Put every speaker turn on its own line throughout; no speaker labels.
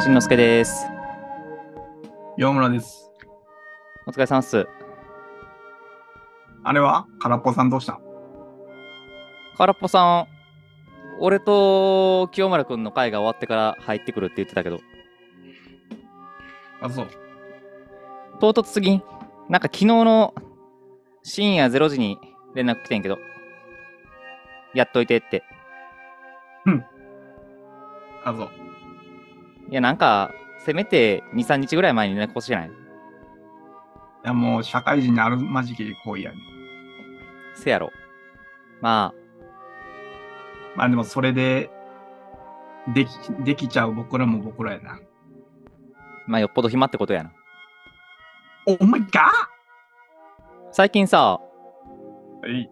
しんのすけです。
岩村です。
お疲れ様っす。
あれは空っぽさんどうした
空っぽさん、俺と清村くんの会が終わってから入ってくるって言ってたけど、
あ、そう。
唐突すぎんなんか昨日の深夜0時に連絡来てんけど、やっといてって。
あ、そう。
いや、なんか、せめて2、3日ぐらい前に連絡欲しくない
いや、もう社会人にあるまじき行為やね。
せやろ。ま
まあでもそれで、でき、できちゃう僕らも僕らやな。
あ、まあよっぽど暇ってことやな。
お前が
最近さ、
はい。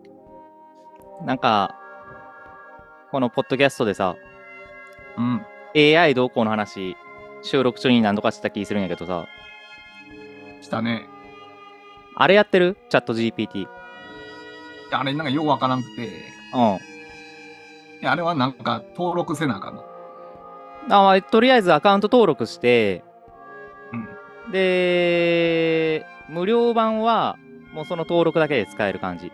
なんか、このポッドキャストでさ、
うん。
AI 動向の話、収録中に何度かした気するんやけどさ、
したね。
あれやってるチャット GPT。
いやあれなんかようわからんくて。い
うん。
や、あれはなんか登録せなあかんの。
あまあとりあえずアカウント登録して、で、無料版はもうその登録だけで使える感じ。
うん。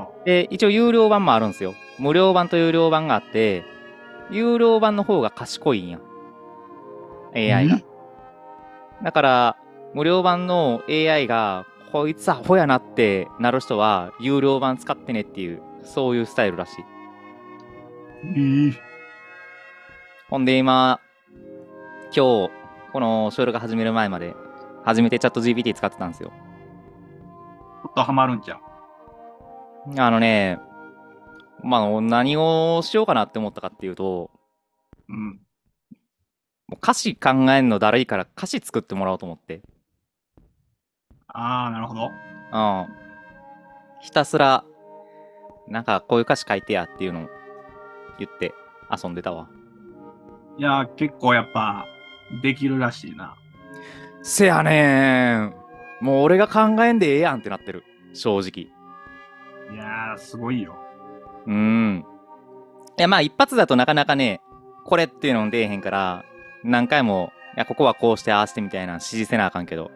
あ
で、一応有料版もあるんですよ。無料版と有料版があって、有料版の方が賢いんや。
あ。
AI が。だから、無料版の AI が、こいつアホやなってなる人は、有料版使ってねっていう、そういうスタイルらしい。
えー、
ほんで今、今日、この収録始める前まで、初めてチャット GPT 使ってたんですよ。
ちょっとハマるんちゃう
あのね、まあ、何をしようかなって思ったかっていうと、
うん。
もう歌詞考えるのだるいから歌詞作ってもらおうと思って。
ああ、なるほど。
うん。ひたすら、なんかこういう歌詞書いてやっていうのを言って遊んでたわ。
いや、結構やっぱ、できるらしいな。
せやねん。もう俺が考えんでええやんってなってる。正直。
いやー、すごいよ。
うん。いや、まあ一発だとなかなかね、これっていうの出えへんから、何回も、いや、ここはこうして、ああしてみたいな指示せなあかんけど、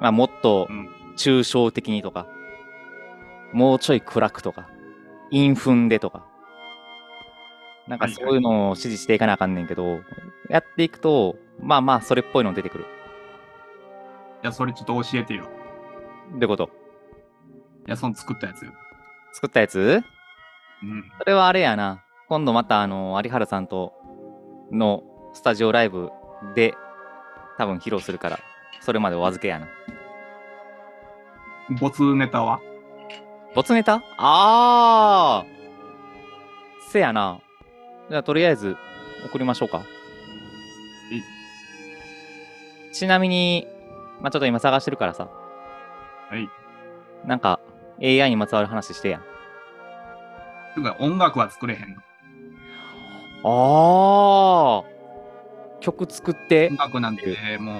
まあもっと
うん
抽象的にとか、もうちょい暗くとか、陰踏んでとか、なんか
はいはい
そういうのを指示していかなあかんねんけど、やっていくと、まあまあそれっぽいの出てくる。
いや、それちょっと教えてよ。
ってこと。
いや、その作ったやつよ。
作ったやつ
うん。
それはあれやな。今度また、あの、有原さんとのスタジオライブで、多分披露するから、それまでお預けやな。
ボツネタは
ボツネタあーせやな。じゃあ、とりあえず、送りましょうか。ちなみに、まあ、ちょっと今探してるからさ。
はい。
なんか、AI にまつわる話してやん。
てか音楽は作れへんの。
あー曲作って
音、楽なんても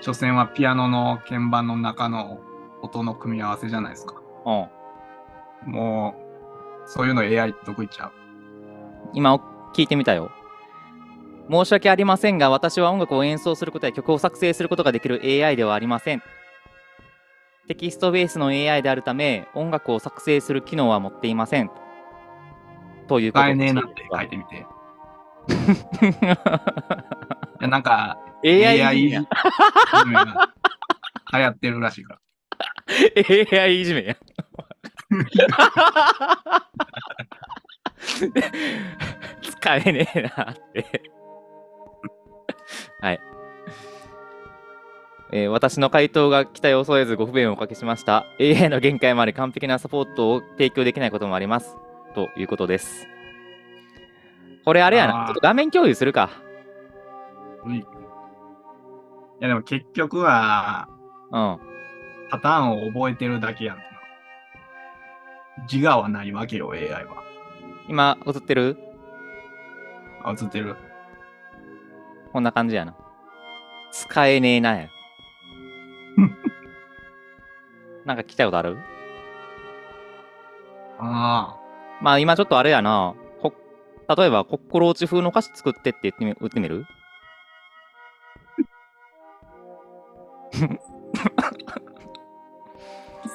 う、所詮はピアノの鍵盤の中の音の組み合わせじゃないですか。
うん。
もう、そういうの AI 得意ちゃう。
今聞いてみたよ申し訳ありませんが私は音楽を演奏することや曲を作成することができる AI ではありませんテキストベースの AI であるため音楽を作成する機能は持っていませんということ
使え
で
ねえなんて書いてみて。いや、なんか
AI,
AI
いじめや
始めが流行ってるらしいから。
AI いじめや使えねえなってはい、えー私の回答が期待を添えずご不便をおかけしました AI の限界まで完璧なサポートを提供できないこともありますということですこれあれや
あ
な
ー
ちょっと画面共有するか
うんいや、でも結局は、
うん
パターンを覚えてるだけやん。自我はないわけよ、AI は。
今映ってる
あ、映ってる。
こんな感じやな。使えねえなや。なんか来たことある
あ
まあ今ちょっとあれやな。こ例えば、コッコローチ風の歌詞作ってって言ってみ言ってみる
あ。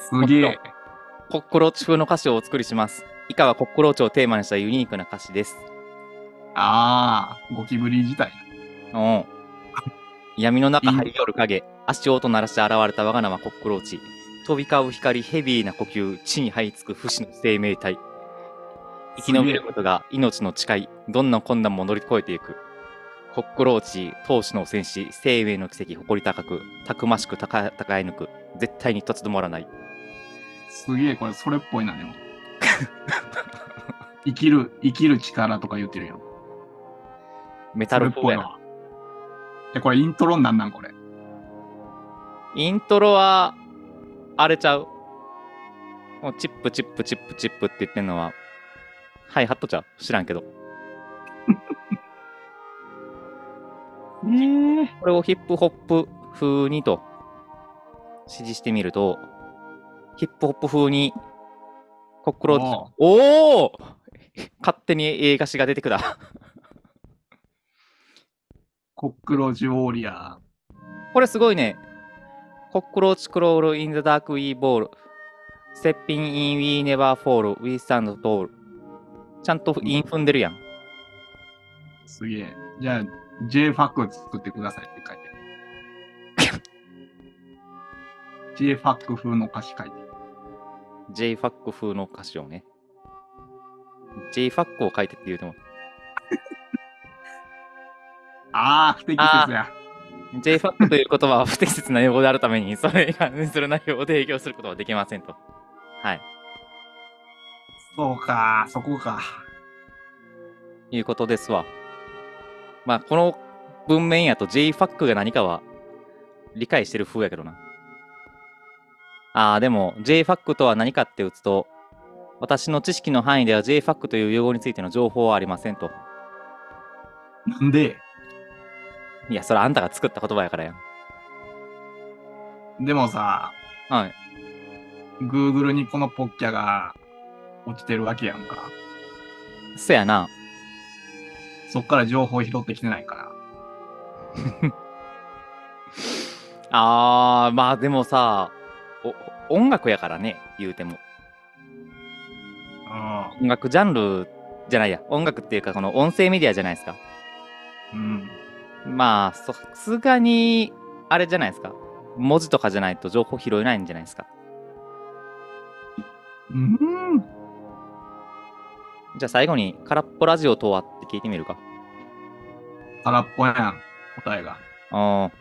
すげえ。
コッコローチ風の歌詞をお作りします。以下はコッコローチをテーマにしたユニークな歌詞です。
ああ、ゴキブリ自体。
うん。闇の中張り寄る影、足音鳴らして現れた我が名はコックローチ。飛び交う光、ヘビーな呼吸、地に這いつく不死の生命体。生き延びることが命の誓い、どんな困難も乗り越えていく。コックローチ、闘志の戦士、生命の奇跡、誇り高く、たくましく戦い抜く、絶対に立ち止まらない。
すげえ、これそれっぽいな、で も。生きる、生きる力とか言ってるやん。
メタ
それ
ル
っ
フォ
ぽ
ー
い
やな。
な。え、これイントロなんなん、これ。
イントロは、荒れちゃう。もうチップチップチップチップって言ってんのは、はい、ハットちゃう知らんけど。
ええ。
これをヒップホップ風にと指示してみると、ヒップホップ風に、コックローチ
おう
おお勝手に映画詞が出てくだ。
コックロジウォーリア
これすごいね。コックローチクロールインザダークウィーボール。セッピンインウィーネバーフォールウィースタンドトール。ちゃんとイン踏んでるやん。
ー。すげえ。じゃあ、JFAC 作ってくださいって書いて る。JFAC 風の歌詞書いてる。
JFAC 風の歌詞をね。JFAC を書いてって言うても。
ああ、不適切や。
JFAC という言葉は不適切な用語であるために、そ れに関連する内容を提供することはできませんと。はい。
そうか、そこか。
いうことですわ。まあ、この文面やと JFAC が何かは理解してる風やけどな。ああ、でも JFAC とは何かって打つと、私の知識の範囲では JFAC という用語についての情報はありませんと。
なんで、
いや、それあんたが作った言葉やからやん。
でもさ、
はい。
Google にこのポッキャが落ちてるわけやんか。
せやな。
そっから情報拾ってきてないから。
あー、まあでもさ、お音楽やからね、言うても。
あ
音楽ジャンルじゃないや、音楽っていうか、この音声メディアじゃないですか。
あ、うん。
まあ、さすがに、あれじゃないですか。文字とかじゃないと情報拾えないんじゃないですか。
うん。
じゃあ最後に、空っぽラジオとはって聞いてみるか。
空っぽやん、答えが。
うん。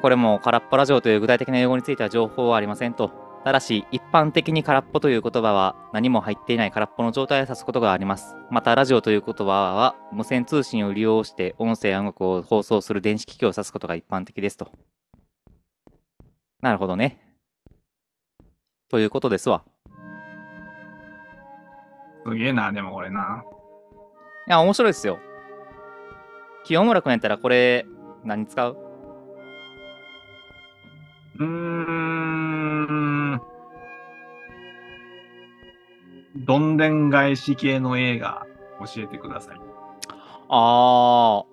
これも空っぽラジオという具体的な用語については情報はありませんと。ただし、一般的に空っぽという言葉は何も入っていない空っぽの状態を指すことがあります。また、ラジオという言葉は無線通信を利用して音声や音楽を放送する電子機器を指すことが一般的ですと。なるほどね。ということですわ。
すげえな、でも俺な。
いや、面白いですよ。清村くんやったらこれ、何使う
うーん。どんでん返し系の映画教えてください。
あ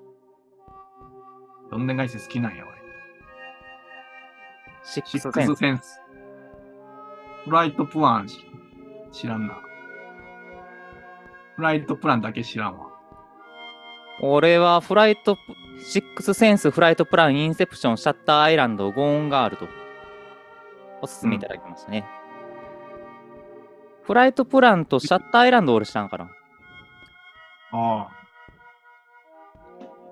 どんでん返し好きなんや、俺。
ー、シッ
シ
クスセ
ック
ンス
スセンス。フライトプランし知らんな。フライトプランだけ知らんわ。
俺はフライトプ、シックスセンス、フライトプラン、インセプション、シャッターアイランド、ゴーンガールと、おすすめいただきましたね。フライトプランとシャッターアイランド俺知らんかな。
あ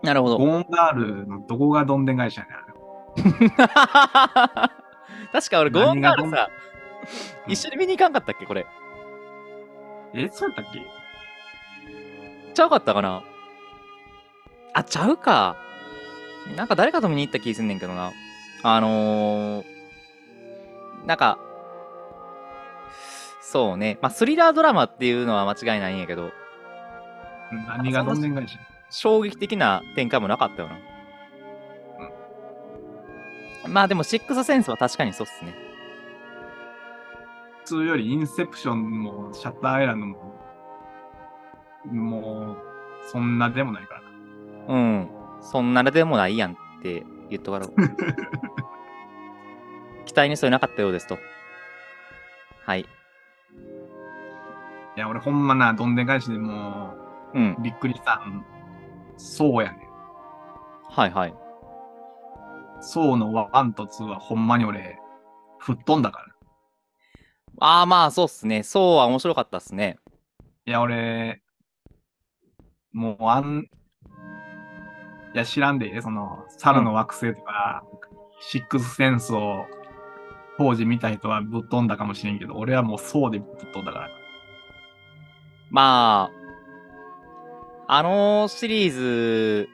なるほ
あ。
ど。
ゴーンガールのどこがどんでん返しやねんあれ。
確か俺、ゴーンガール
何
さ
が、ゴン
一緒に見に行かんかったっけ、これ。
え、そうやったっけ
ちゃうかったかなあ、ちゃうか。なんか誰かと見に行った気すんねんけどな。あのー、なんか、そうね。まあ、スリラードラマっていうのは間違いないんやけど、
何がどんでん返し
衝撃的な展開もなかったよな。まあでも、シックスセンスは確かにそうっすね。
普通よりインセプションもシャッターアイランドも、もう、そんなでもないからな。
うん。そんなのでもないやんって言っとかろう。体にそれなかったようですと。はい。
いや、俺ほんまな、どんでん返しでも
うん
う、。びっくりしたん。そうやね。
はいはい。
そうのワンとツーはほんまに俺、吹っ飛んだから。
ああ、まあ、そうっすね。そうは面白かったっすね。
いや、俺、もうあん、いや、知らんでええ、その、猿の惑星とか、シックスセンスを当時見た人はぶっ飛んだかもしれんけど、俺はもうそうでぶっ飛んだから。
まあ、あのシリーズ、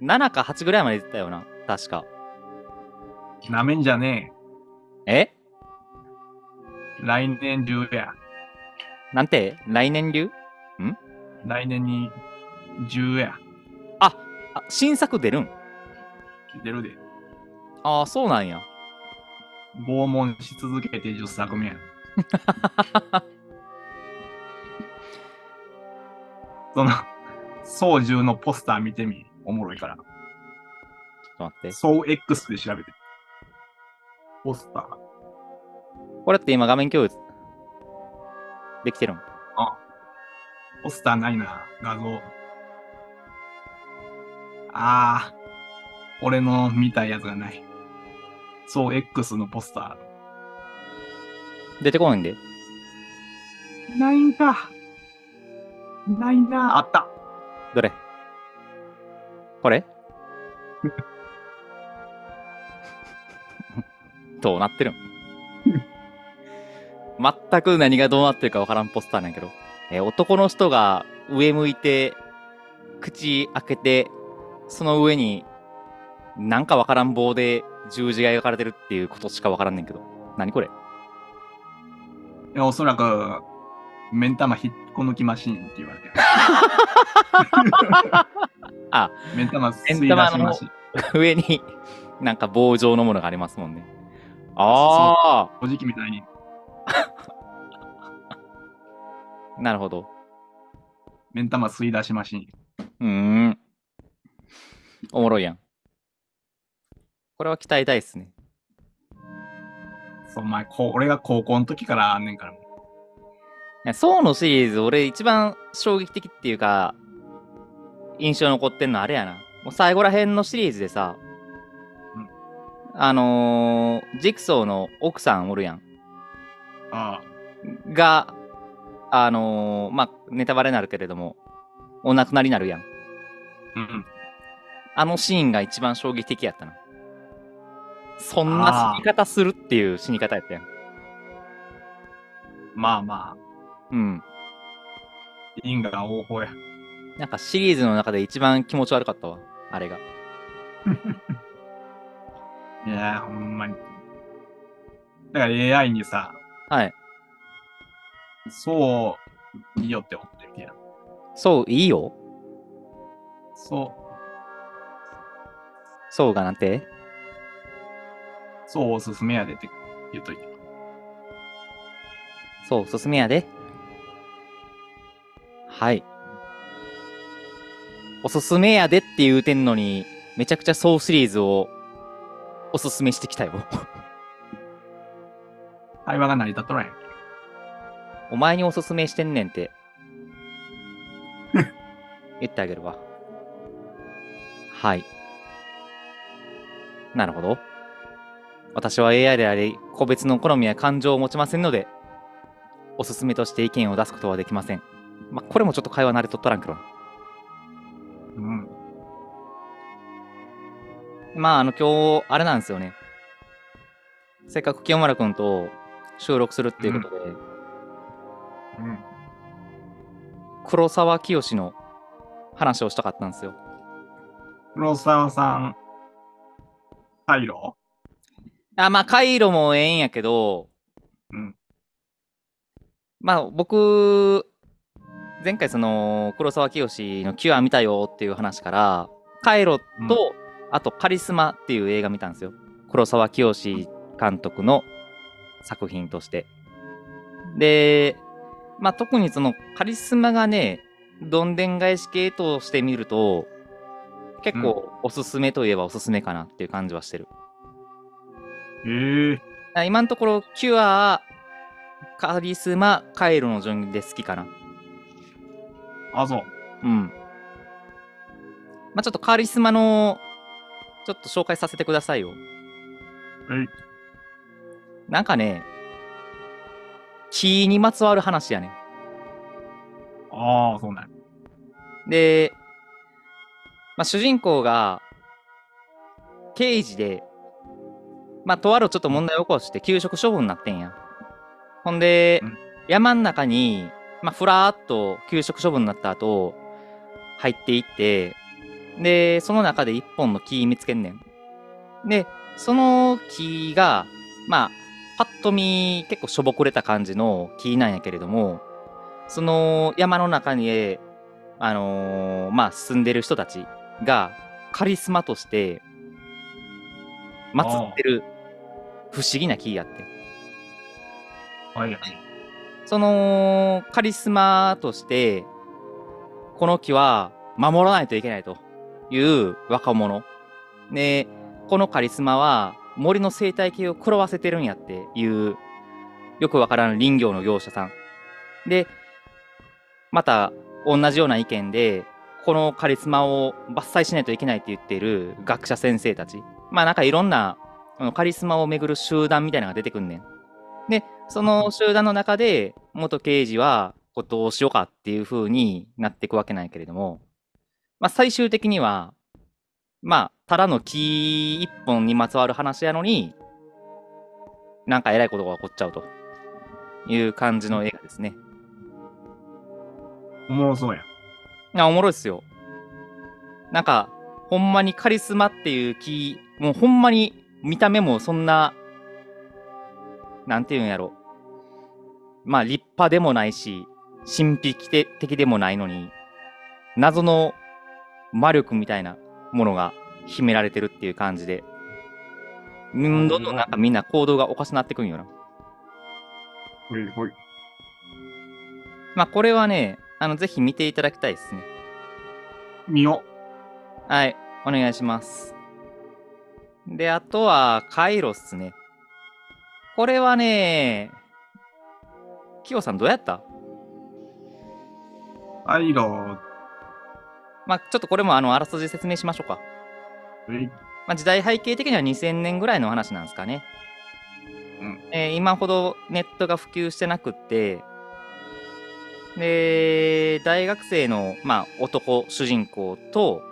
7か8ぐらいまで出てたよな。確か。
なめんじゃね
え
え。来年中や。
なんて来年流
来年に10や。
あ、新作出るん
出るで。
ああ、そうなんや。
拷問し続けて10作目や。その、総10のポスター見てみ。おもろいから。
ちょっと待って。
そう X で調べて。ポスター。
これって今画面共有できてるん
ポスターないな、画像。あー、俺の見たやつがない。そう X のポスタ
出てこないんで。
ー。ないんか。ないな、あった。
どれこれ どうなってるん全く何がどうなってるかわからんポスターなんやけど、えー男の人が上向いて口開けてその上になんかわからん棒で十字が描かれてるっていうことしかわからんねんけど何これ。
いやおそらく、目ん玉引っこ抜きマシーンって言われてる
あ、
目ん玉吸い出しマシーン。
上になんか棒状のものがありますもんねあ
おじきみたいに、
あなるほど
目ん玉吸い出しマシーン。
うーん。おもろいやん。これは鍛えたいっすね。
そう、お前、こ俺が高校の時からあんねんから。
いやソウのシリーズ、俺一番衝撃的っていうか、印象に残ってんのあれやな。もう最後ら辺のシリーズでさ、
うん
あのージクソーの奥さんおるやん。
あ
が、あのーまあ、ネタバレになるけれども、お亡くなりになるやん。
あ、うん。
あのシーンが一番衝撃的やったな。そんな死に方するっていう死に方やったやん。
まあまあ、
うん。
因果が応報や。
なんかシリーズの中で一番気持ち悪かったわ、あれが。
いやー、ほんまに。だから AI にさ、
はい。
そう、いいよって思ってみてや。
そう、いいよ。
そう、
そうがなんて。
そうおすすめやでって言っといて。
そう、おすすめやで。はい。おすすめやでって言うてんのに、めちゃくちゃそうシリーズをおすすめしてきたよ。
会話が成り立っとらへん。
お前におすすめしてんねんって。言ってあげるわ。はい。なるほど。私は AI であり、個別の好みや感情を持ちませんので、おすすめとして意見を出すことはできません。まあ、これもちょっと会話慣れとったらんけどな。
うん。
まあ、あの、今日、あれなんですよね。せっかく清丸くんと収録するっていうことで、
うん。
黒沢清の話をしたかったんですよ。
黒沢さん、カイロ
あ、まあ、カイロもええんやけど、
うん。
まあ、僕、前回その、黒沢清のキュア見たよっていう話から、カイロと、
うん
あとカリスマっていう映画見たんですよ。黒沢清監督の作品として。で、まあ、特にそのカリスマがね、どんでん返し系として見ると、結構おすすめといえばおすすめかなっていう感じはしてる。
ええ
あ今のところ、キュア、カリスマ、カイロの順で好きかな。
あ、そう。
うん。まあ、ちょっとカリスマの、ちょっと紹介させてくださいよ。
はい。
なんかね、気にまつわる話やね。
ああ、そうなんや。
で、まあ、主人公が、刑事で、まあ、とあるちょっと問題を起こして、給食処分になってんや。ほんで
うん、
山ん中に、まあ、ふらーっと給食処分になった後、入っていって、で、その中で一本の木見つけんねん。で、その木が、まあ、パッと見、結構しょぼくれた感じの木なんやけれども、その山の中に、あのーまあ、住んでる人たちが、カリスマとして、祀ってる不思議な木やって。
はいはい。
そのカリスマとして、この木は守らないといけないという若者。で、このカリスマは森の生態系を狂わせてるんやっていう、よくわからん林業の業者さん。で、また同じような意見で、このカリスマを伐採しないといけないって言ってる学者先生たち。まあなんかいろんなあのカリスマをめぐる集団みたいなのが出てくんねん。で、その集団の中で、元刑事は、こうどうしようかっていう風になっていくわけなんやけれども、まあ、最終的には、まあ、ただの木一本にまつわる話やのに、なんかえらいことが起こっちゃうという感じの映画ですね。
おもろそうや。
いや、おもろいっすよ。なんか、ほんまにカリスマっていう木、もうほんまに見た目もそんな、なんていうんやろ。まあ、立派でもないし、神秘的でもないのに、謎の魔力みたいなものが秘められてるっていう感じで、うんどんどんなんかみんな行動がおかしなってくんよな。
ほいほい。
まあ、これはね、あの、ぜひ見ていただきたいですね。
見よ。
はい、お願いします。で、あとは、カイロっすね。これはね、キヨさんどうやった
アイロ
まあ、ちょっとこれもあの、あらすじ説明しましょうか。
ー、
まあ、時代背景的には2000年ぐらいの話なんですかね。
うん
えー今ほどネットが普及してなくって、で、大学生の、まあ、男主人公と、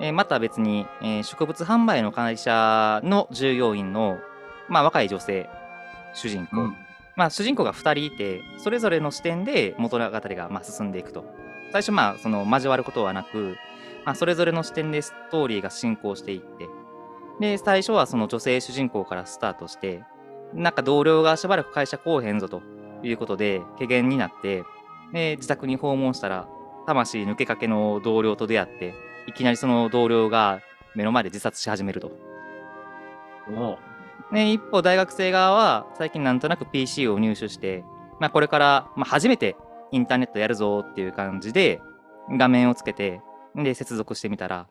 えーまた別に、えー植物販売の会社の従業員の、まあ、若い女性主人公、
うん。
まあ、主人公が2人いてそれぞれの視点で物語がまあ進んでいくと最初まあその交わることはなく、まあ、それぞれの視点でストーリーが進行していってで最初はその女性主人公からスタートしてなんか同僚がしばらく会社来おへんぞということで怪減になってで自宅に訪問したら魂抜けかけの同僚と出会っていきなりその同僚が目の前で自殺し始めると
おう
ね、一方大学生側は最近なんとなく PC を入手して、まあ、これから、まあ、初めてインターネットやるぞっていう感じで画面をつけてで接続してみたら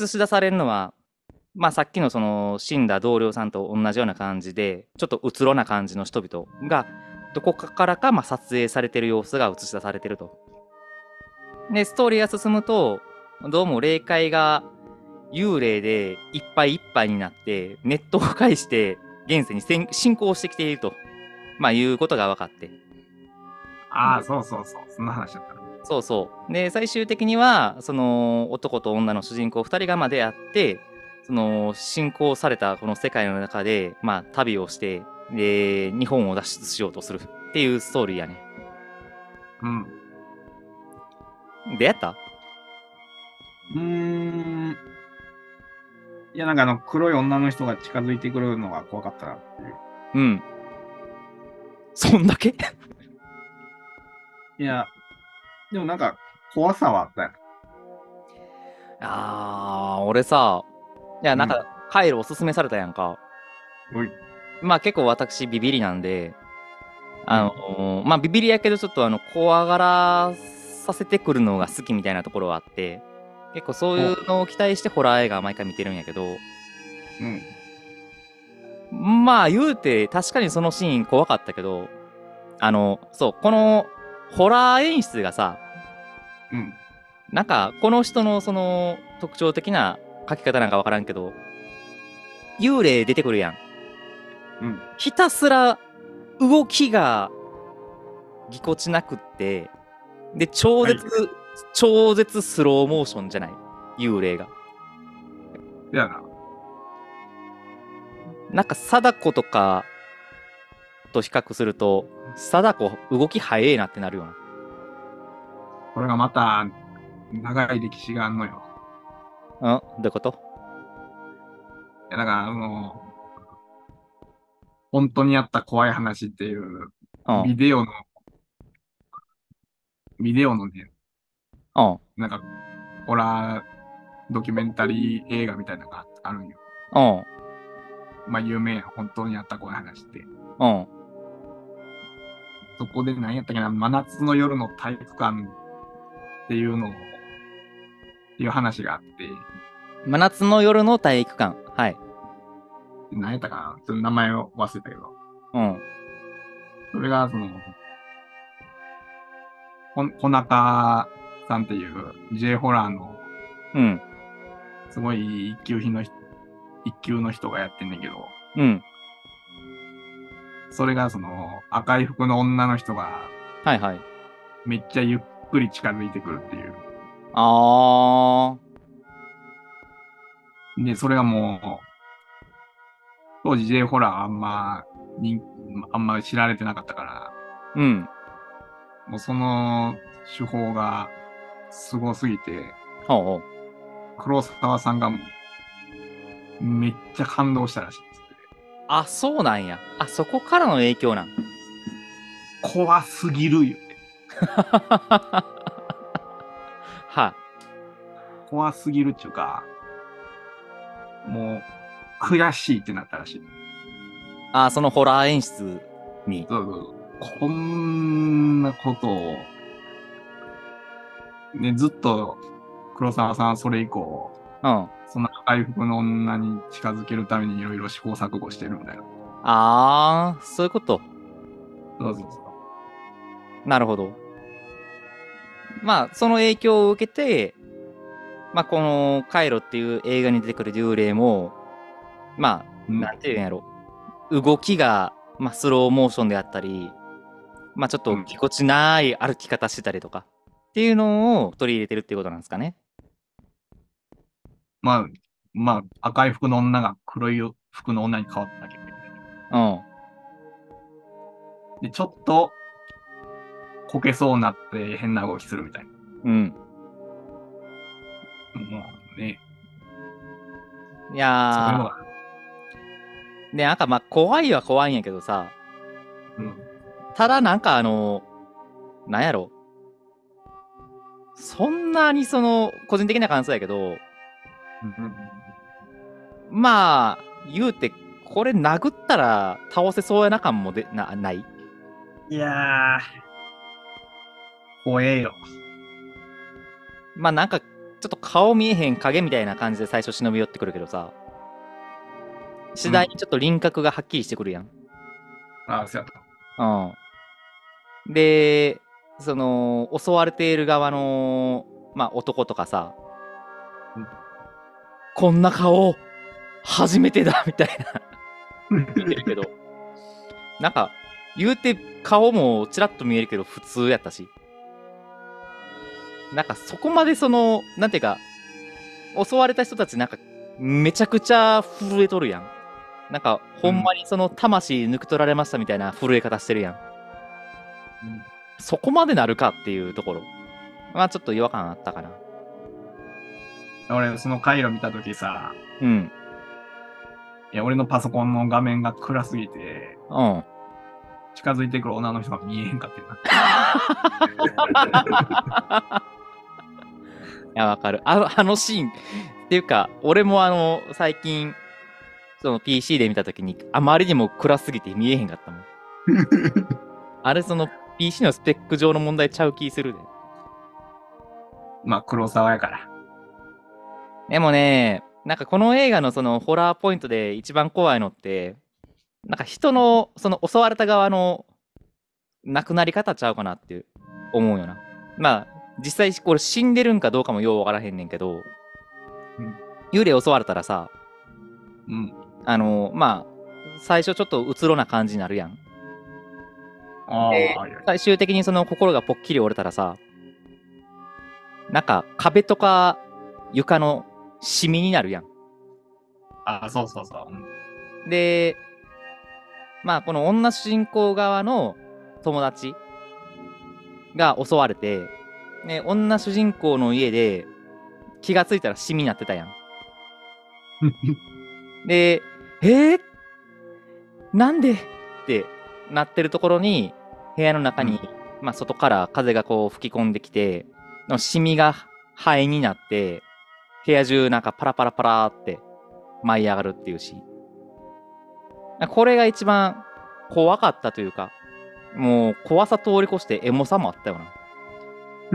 映し出されるのは、まあ、さっきのその死んだ同僚さんと同じような感じでちょっとうつろな感じの人々がどこかからかまあ撮影されてる様子が映し出されてると。でストーリーが進むとどうも霊界が幽霊でいっぱいいっぱいになってネットを介して現世に先進行してきていると、まあ、いうことが分かって
ああ、そうそうそう。そんな話だった。
そうそうで最終的にはその男と女の主人公2人がまあ出会ってその進行されたこの世界の中で、まあ、旅をしてで日本を脱出しようとするっていうストーリーやね
うん。
出会った
うーん。いや、なんかあの、黒い女の人が近づいてくるのが怖かったなっていう。
うんそんだけ
いや、でもなんか、怖さはあったよ。
あー俺さいやなんか、カイロおすすめされたやんか、
おい。
まあ結構私ビビりなんで、あのまあビビりやけどちょっとあの怖がらさせてくるのが好きみたいなところはあって、結構そういうのを期待してホラー映画毎回見てるんやけど、
うん。
まあ言うて確かにそのシーン怖かったけどあのそうこのホラー演出がさ
うん。
なんかこの人のその特徴的な書き方なんかわからんけど幽霊出てくるやん
うん。
ひたすら動きがぎこちなくってで超絶、超絶スローモーションじゃない幽霊が
だよな。
なんか貞子とかと比較すると貞子動き早えなってなるよな
これがまた、長い歴史があんのよ。
うんどういうこと
いや、だから、あの、本当にあった怖い話っていう、
うん
ビデオの、ビデオのね、
うん
なんか、ホラードキュメンタリー映画みたいなのがあるんよ。
うん
まあ、有名やん、本当にあった怖い話って。
うん
そこで何やったっけな、真夏の夜の体育館っていうのを、っていう話があって、
真夏の夜の体育館はい
何やったかな、ちょっと名前を忘れたけど、
うん
それが、その、こ、小中さんっていう J ホラーの
うん
すごい一級品の人、一級の人がやってんだけど、
うん
それがその赤い服の女の人が
はいはい
めっちゃゆっくり近づいてくるっていう。
あ
で、それがもう、当時 J ホラーあんま人、あんま知られてなかったから、
ーうん
もうその手法がすごすぎて、
ほうほう
黒沢さんがめっちゃ感動したらしいです。
あそうなんやあそこからの影響なん
怖すぎるよ。
は
怖すぎるっていうか、もう悔しいってなったらしい。
いあそのホラー演出に
そうそうそうこんなことを、ね、ずっと黒沢さんはそれ以降、
うん
その赤い服の女に近づけるためにいろいろ試行錯誤してるみたいな。
ああそういうこと
そうそうそ
なるほど。まあ、その影響を受けて、まあ、このカイロっていう映画に出てくる幽霊も、まあ、
う。うん
なんていうんやろ、動きが、まあ、スローモーションであったり、まあ、ちょっと
うん
ぎこちない歩き方してたりとか、っていうのを取り入れてるっていうことなんですかね。
まあ、まあ、赤い服の女が黒い服の女に変わっただけ
うん。
で、ちょっと、こけそうになって変な動きするみたいな。
うん。
もうね、
い
そういうの
や
が、
ー、で、なんかまあ、怖いは怖いんやけどさ、
うん。
ただなんかあの、なんやろ。そんなにその、個人的な感想やけど、まあ、言うて、これ殴ったら倒せそうやな感もでなない。
いやー、怖えよ。
まあなんか、ちょっと顔見えへん影みたいな感じで最初忍び寄ってくるけどさ、次第にちょっと輪郭がはっきりしてくるやん。
あ、そうやった。
うん。で、その、襲われている側の、まあ、男とかさ、
うん
こんな顔、初めてだ、みたいな、言ってるけど、なんか、言うて、顔もちらっと見えるけど、普通やったし、なんか、そこまでその、なんていうか、襲われた人たち、なんか、めちゃくちゃ震えとるやん。なんか、ほんまにその、魂抜き取られましたみたいな震え方してるやん。そこまでなるかっていうところ。まあちょっと違和感あったかな。
俺、その回路見たときさ、
うん。
いや、俺のパソコンの画面が暗すぎて、
うん。
近づいてくる女の人が見えへんかってな。
いや、わかる。あの、あのシーン。っていうか、俺もあの、最近、その PC で見たときに、あまりにも暗すぎて見えへんかったもん。 あれ、その PC のスペック上の問題ちゃう気するで。
まあ、黒沢やから。
でもね、なんかこの映画のそのホラーポイントで一番怖いのって、なんか人の、その襲われた側の亡くなり方ちゃうかなっていう思うよな。まあ、実際これ死んでるんかどうかもようわからへんねんけど、
うん
幽霊襲われたらさ、
うん。
あの、まあ、最初ちょっとうつろな感じになるやん。
ああ、
え
はいはい
最終的にその心がぽっきり折れたらさ、なんか壁とか床のシミになるやん。
ああ、そうそうそう。うん
で、まあこの女主人公側の友達が襲われて、ね、女主人公の家で気がついたらシミになってたやん。 で、えー、なんでってなってるところに、部屋の中に、まあ、外から風がこう吹き込んできて、のシミが灰になって、部屋中なんかパラパラパラって舞い上がるっていうシーン。これが一番怖かったというか、もう怖さ通り越してエモさもあったよな。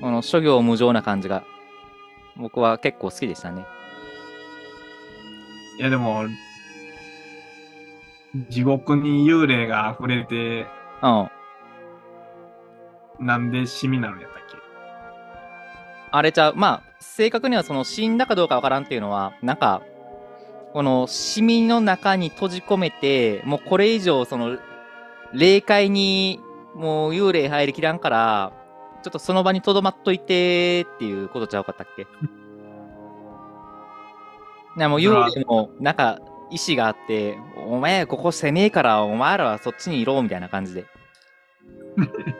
この諸行無常な感じが、僕は結構好きでしたね。
いや、でも、地獄に幽霊が溢れて、
うん。
なんでシミなのやったっけ
あれちゃう、まあ、正確にはその死んだかどうかわからんっていうのは、なんか、このシミの中に閉じ込めて、もうこれ以上、その、霊界にもう幽霊入りきらんから、ちょっとその場にとどまっといてっていうことちゃうかったっけなもう幽霊も、なんか、意志があって、お前ここ攻めえから、お前らはそっちにいろ、みたいな感じで。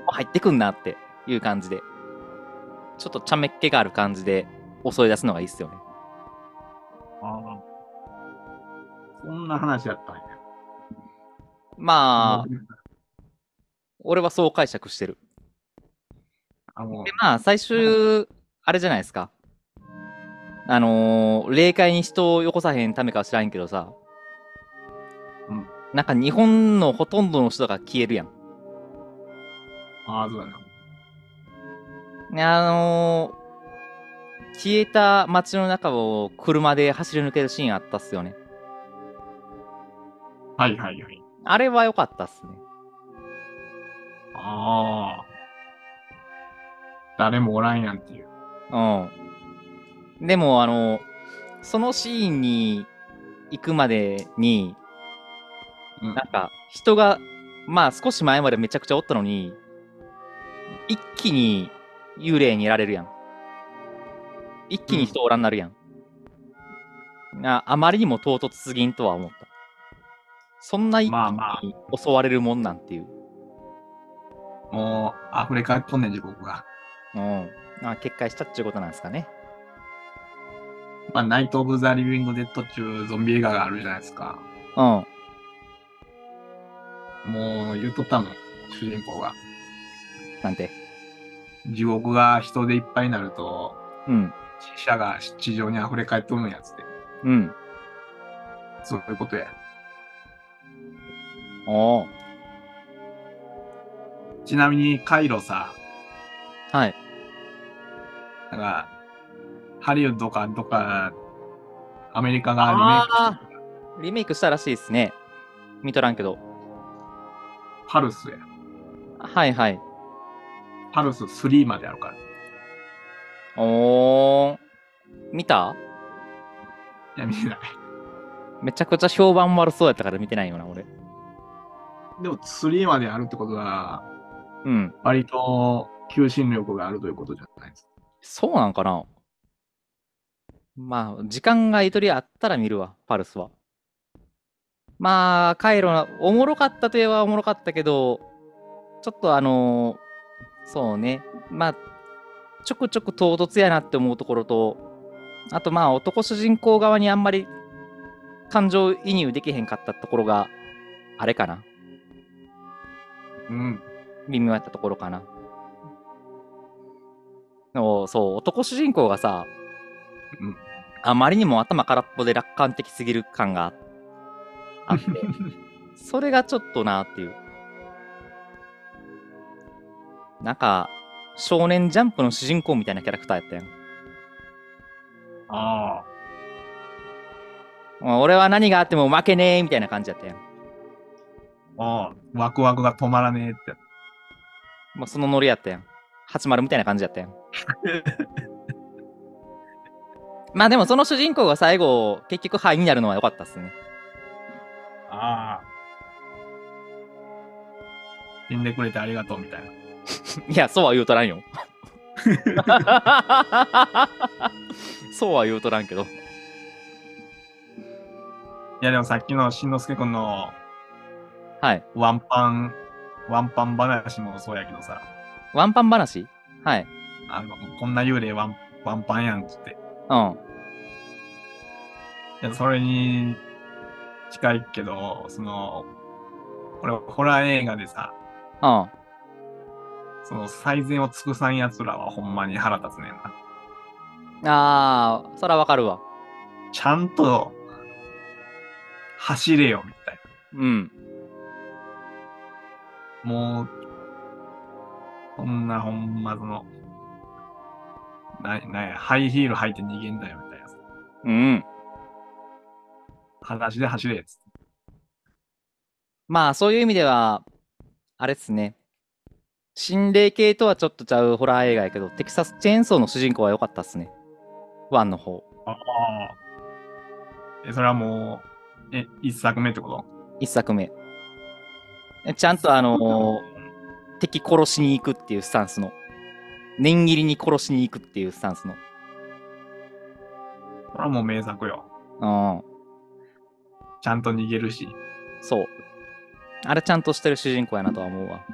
入ってくんなっていう感じで。ちょっとちゃめっ気がある感じで襲い出すのがいいっすよね。
ああ。そんな話やったんや。
まあ、俺はそう解釈してる。
あの
で、まあ、最終、あれじゃないですか。あのー霊界に人をよこさへんためかは知らんけどさ、
うん
なんか日本のほとんどの人が消えるやん。
ああ、そうだな。
ねあのー消えた街の中を車で走り抜けるシーンあったっすよね。
はいはいはい。
あれは良かったっすね。
ああ。誰もおらんやんっていう。
うん。でも、あの、そのシーンに行くまでに、
うん
なんか、人が、まあ少し前までめちゃくちゃおったのに、一気に幽霊にやられるやん。一気に人おらんなるやん。なあまりにも唐突すぎんとは思った。そんな一気
まあまあ
に襲われるもんなんていう。
もう、溢れ返っとんねん、地獄が。
うん。まあ、決壊したっちゅうことなんですかね。
まあ、ナイト・オブ・ザ・リビング・デッド中ゾンビ映画があるじゃないですか。
うん。
もう、言っとったもん、主人公が。
なんて。
地獄が人でいっぱいになると、
うん。
死者が地上に溢れ返っとるんやつって。
うん。
そういうことや。
おお。
ちなみに、カイロさ、
はい。
なんか、ハリウッドかどっか、アメリカがリメイク
あ
してる
ーリメイクしたらしいですね。見とらんけど。
パルスや。
はいはい。
パルス3まであるから。い
おー。見た
や、見てない。
めちゃくちゃ評判悪そうやったから見てないよな、俺。
でも、3まであるってことは、
うん。
割と求心力があるということじゃないですか。
そうなんかなまあ、時間がゆとりあったら見るわ、パルスは。まあ、カイロな、おもろかったといえばおもろかったけど、ちょっとあのーそうね、まあ、ちょくちょく唐突やなって思うところと、あとまあ、男主人公側にあんまり感情移入できへんかったところが、あれかな
うん。
微妙やったところかな。のそう、男主人公がさ、
うん
あまりにも頭空っぽで楽観的すぎる感があって、それがちょっとなっていう。なんか、少年ジャンプの主人公みたいなキャラクターやったやん。
ああ。
もう俺は何があっても負けねえみたいな感じだったよ。
おうワクワクが止まらねえって。
もうそのノリやったよ。80みたいな感じだったよ。まあでもその主人公が最後、結局ハイになるのは良かったっすね。
ああ。死んでくれてありがとうみたいな。
いや、そうは言うとらんよ。 そうは言うとらんけど。
いやでもさっきのしんのすけくんの
はい。
ワンパン、ワンパン話もそうやけどさ、
ワンパン話はい。
あの、こんな幽霊ワンワンパンやんっつって。
うん。
いやそれに近いけど、その、これホラー映画でさ、
うん。
その最善を尽くさん奴らはほんまに腹立つねんな。
ああ、そらわかるわ。
ちゃんと走れよみたい
うん。
な。もう、そんなほんまその、な、なや、ハイヒール履いて逃げんだよみたいな。
うん。
裸足で走れっつって。
まあ、そういう意味では、あれっすね。心霊系とはちょっとちゃうホラー映画やけど、テキサスチェーンソーの主人公は良かったっすね。ワンの方。
ああ。え、それはもう、え、一作目ってこと
一作目。えちゃんとあのー敵殺しに行くっていうスタンスの。念入りに殺しに行くっていうスタンスの。
それはもう名作よ。
うん。
ちゃんと逃げるし。
そう。あれちゃんとしてる主人公やなとは思うわ。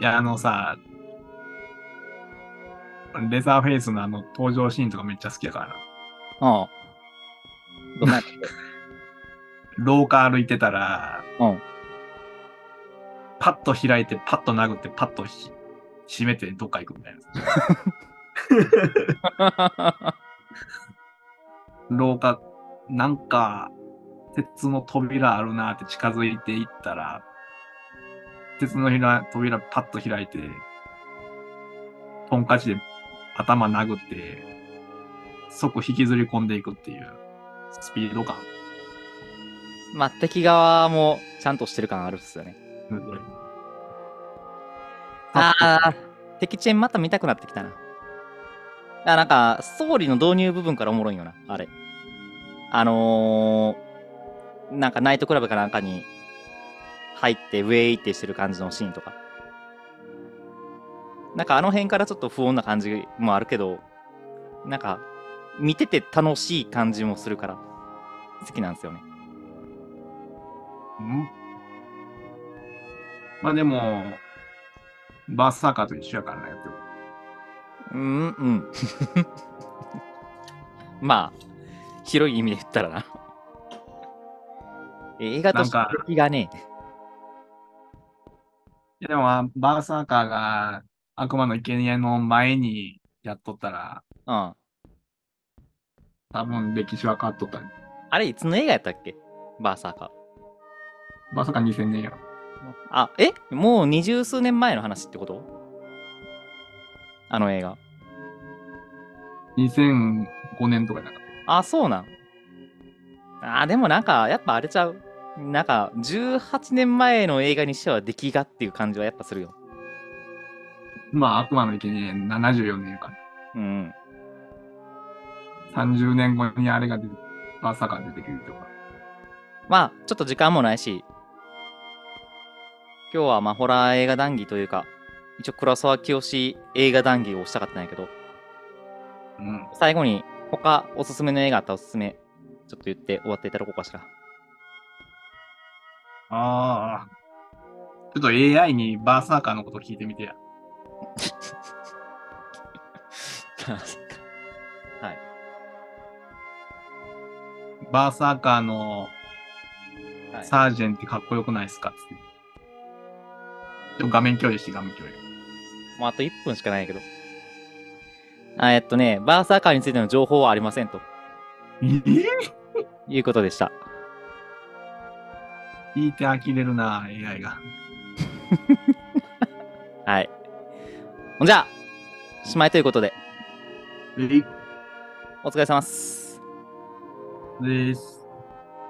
いや、あのさ、レザーフェイスのあの登場シーンとかめっちゃ好きやからな。
うん。どんなやつ
廊下歩いてたら、
うん
パッと開いて、パッと殴って、パッとひ閉めてどっか行くみたいな。廊下、なんか、鉄の扉あるなって近づいていったら、鉄のひら扉パッと開いて、トンカチで頭殴って、即引きずり込んでいくっていうスピード感。
まあ、敵側もちゃんとしてる感あるっすよね。ああ、敵チェーンまた見たくなってきたな。あなんか、ストーリーの導入部分からおもろいんよな、あれ。あのー、なんかナイトクラブかなんかに入って、ウェイってしてる感じのシーンとか。なんかあの辺からちょっと不穏な感じもあるけど、なんか、見てて楽しい感じもするから、好きなんですよね。
うんまあでも、バーサーカーと一緒やからね。
うんうん。 まあ、広い意味で言ったらな。映画として
なんか
敵がね、
いやでもまあ、バーサーカーが悪魔の生贄の前にやっとったら、
うん。
多分歴史は変わっとった、ね。
あれ、いつの映画やったっけバーサーカー。
バーサーカー2000年や。
あ、えもう二十数年前の話ってことあの映画。
2005年とかじゃなかった。
あ、そうなん。あ、でもなんか、やっぱあれちゃう。なんか、18年前の映画にしては出来がっていう感じはやっぱするよ。
まあ、悪魔の生贄74年やから。
うん。
30年後にあれが出て、バーサーカー出てくるとか。
まあ、ちょっと時間もないし、今日はまあ、ホラー映画談義というか、一応黒沢清映画談義をしたかったんやけど、
うん。
最後に他おすすめの映画あったらおすすめ、ちょっと言って終わっていただこうかしら。
ああ。ちょっと AI にバーサーカーのこと聞いてみてや。バーサーカーの
はい
サージェンってかっこよくないですかつって。でも画面共有して、画面共有。
もうあと1分しかないけど。あえっとね、バーサーカーについての情報はありませんということでした。
聞いて呆れるな、AI が。
はい。ほんじゃあ、おしまいということで、
えい
お疲れ様です。
です。